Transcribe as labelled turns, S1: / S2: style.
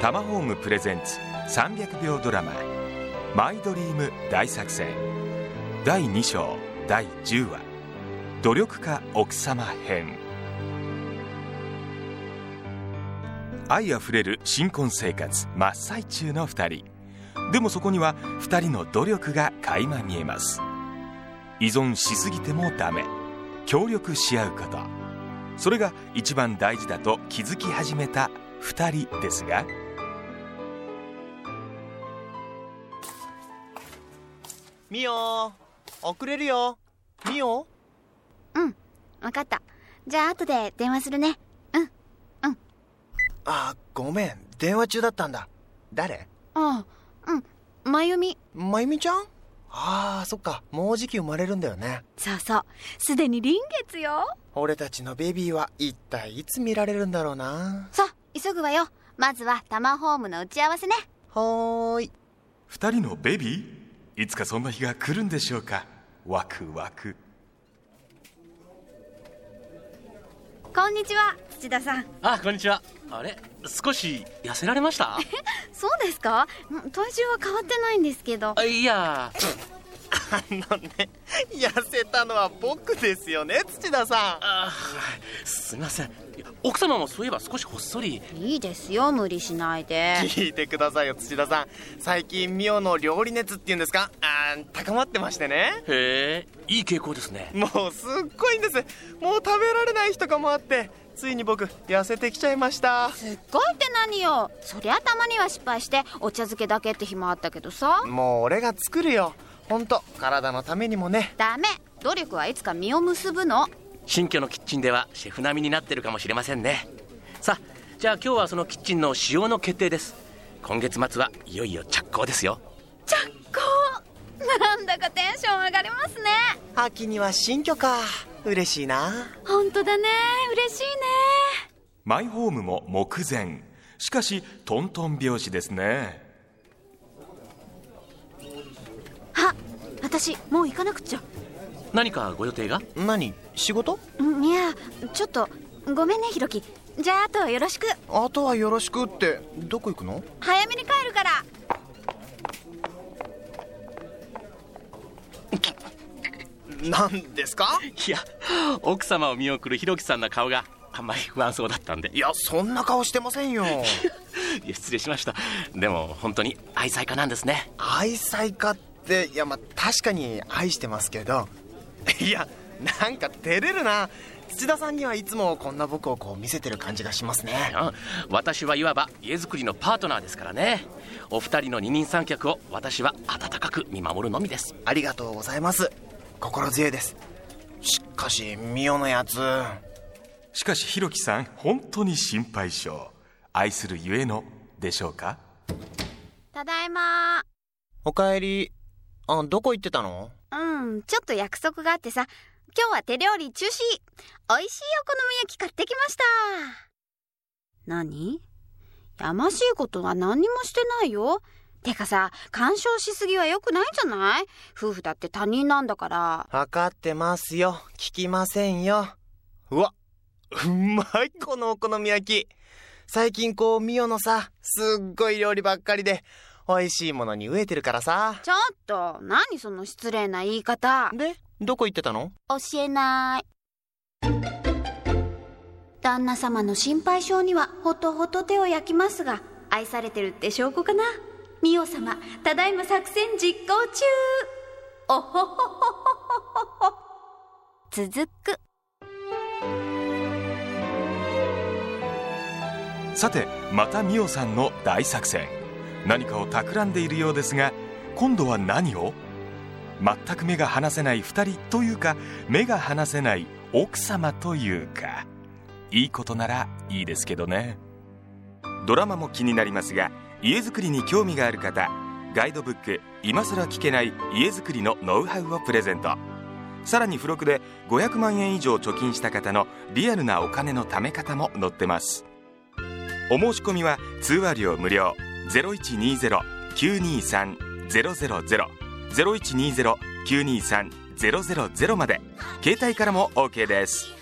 S1: タマホームプレゼンツ300秒ドラマ「マイドリーム大作戦」第2章第10話「努力家奥様編」愛あふれる新婚生活真っ最中の2人でもそこには2人の努力が垣間見えます依存しすぎてもダメ協力し合うことそれが一番大事だと気づき始めた2人ですが
S2: みよ遅れるよみよ
S3: 分かったじゃあ後で電話するね
S2: あごめん電話中だったんだ誰
S3: ああうんまゆみ
S2: まゆみちゃんああそっかもうじき生まれるんだよね
S3: そうそうすでに臨月よ
S2: 俺たちのベビーは一体いつ見られるんだろうな
S3: さあ急ぐわよまずはタマホームの打ち合わせね
S2: はーい
S1: 2人のベビーいつかそんな日が来るんでしょうかワクワク
S3: こんにちは土田さん
S4: あこんにちはあれ少し痩せられました
S3: そうですかん体重は変わってないんですけど
S4: あいや
S2: あのね痩せたのは僕ですよね土田さん
S4: あはいすみませんいや奥様もそういえば少しほっそり
S3: いいですよ無理しないで
S2: 聞いてくださいよ土田さん最近ミオの料理熱っていうんですかあー高まってましてね
S4: へえいい傾向ですね
S2: もうすっごいんですもう食べられない日とかもあってついに僕痩せてきちゃいました
S3: すっごいって何よそりゃたまには失敗してお茶漬けだけって日もあったけどさ
S2: もう俺が作るよほんと体のためにもね
S3: ダメ努力はいつか実を結ぶの
S4: 新居のキッチンではシェフ並みになってるかもしれませんねさあじゃあ今日はそのキッチンの使用の決定です今月末はいよいよ着工ですよ
S3: 着工なんだかテンション上がりますね
S2: 秋には新居か嬉しいな
S3: 本当だね嬉しいね
S1: マイホームも目前しかしトントン拍子ですね
S3: あ私もう行かなくちゃ
S4: 何かご予定が
S2: 何仕事
S3: んいやちょっとごめんねひろきじゃああとはよろしく
S2: あとはよろしくってどこ行くの
S3: 早めに帰るから
S2: 何ですか
S4: いや奥様を見送るひろきさんの顔があんまり不安そうだったんでい
S2: いやそんな顔してませんよ
S4: や失礼しましたでも本当に愛妻家なんですね
S2: 愛妻家っていやまあ確かに愛してますけど いやなんか照れるな土田さんにはいつもこんな僕をこう見せてる感じがしますね
S4: うん 私はいわば家づくりのパートナーですからねお二人の二人三脚を私は温かく見守るのみです
S2: ありがとうございます心強いですしかしミオのやつ
S1: しかしひろきさん本当に心配性愛するゆえのでしょうか
S3: ただいま
S2: おかえりあどこ行ってたの
S3: うんちょっと約束があってさ今日は手料理中止美味しいお好み焼き買ってきました何やましいことは何にもしてないよてかさ干渉しすぎは良くないんじゃない夫婦だって他人なんだから
S2: 分かってますよ聞きませんようわうまいこのお好み焼き最近こうミオのさすっごい料理ばっかりで美味しいものに飢えてるからさ
S3: ちょっと何その失礼な言い方
S2: でどこ行ってたの
S3: 教えない旦那様の心配性にはほとほと手を焼きますが愛されてるって証拠かなミオ様ただいま作戦実行中おほほほほほほほ続く
S1: さてまたミオさんの大作戦何かを企んでいるようですが今度は何を全く目が離せない2人というか目が離せない奥様というかいいことならいいですけどねドラマも気になりますが家づくりに興味がある方ガイドブック「今更聞けない家づくりのノウハウ」をプレゼントさらに付録で500万円以上貯金した方のリアルなお金の貯め方も載ってますお申し込みは通話料無料0120-923-000 0120-923-000まで携帯からも OK です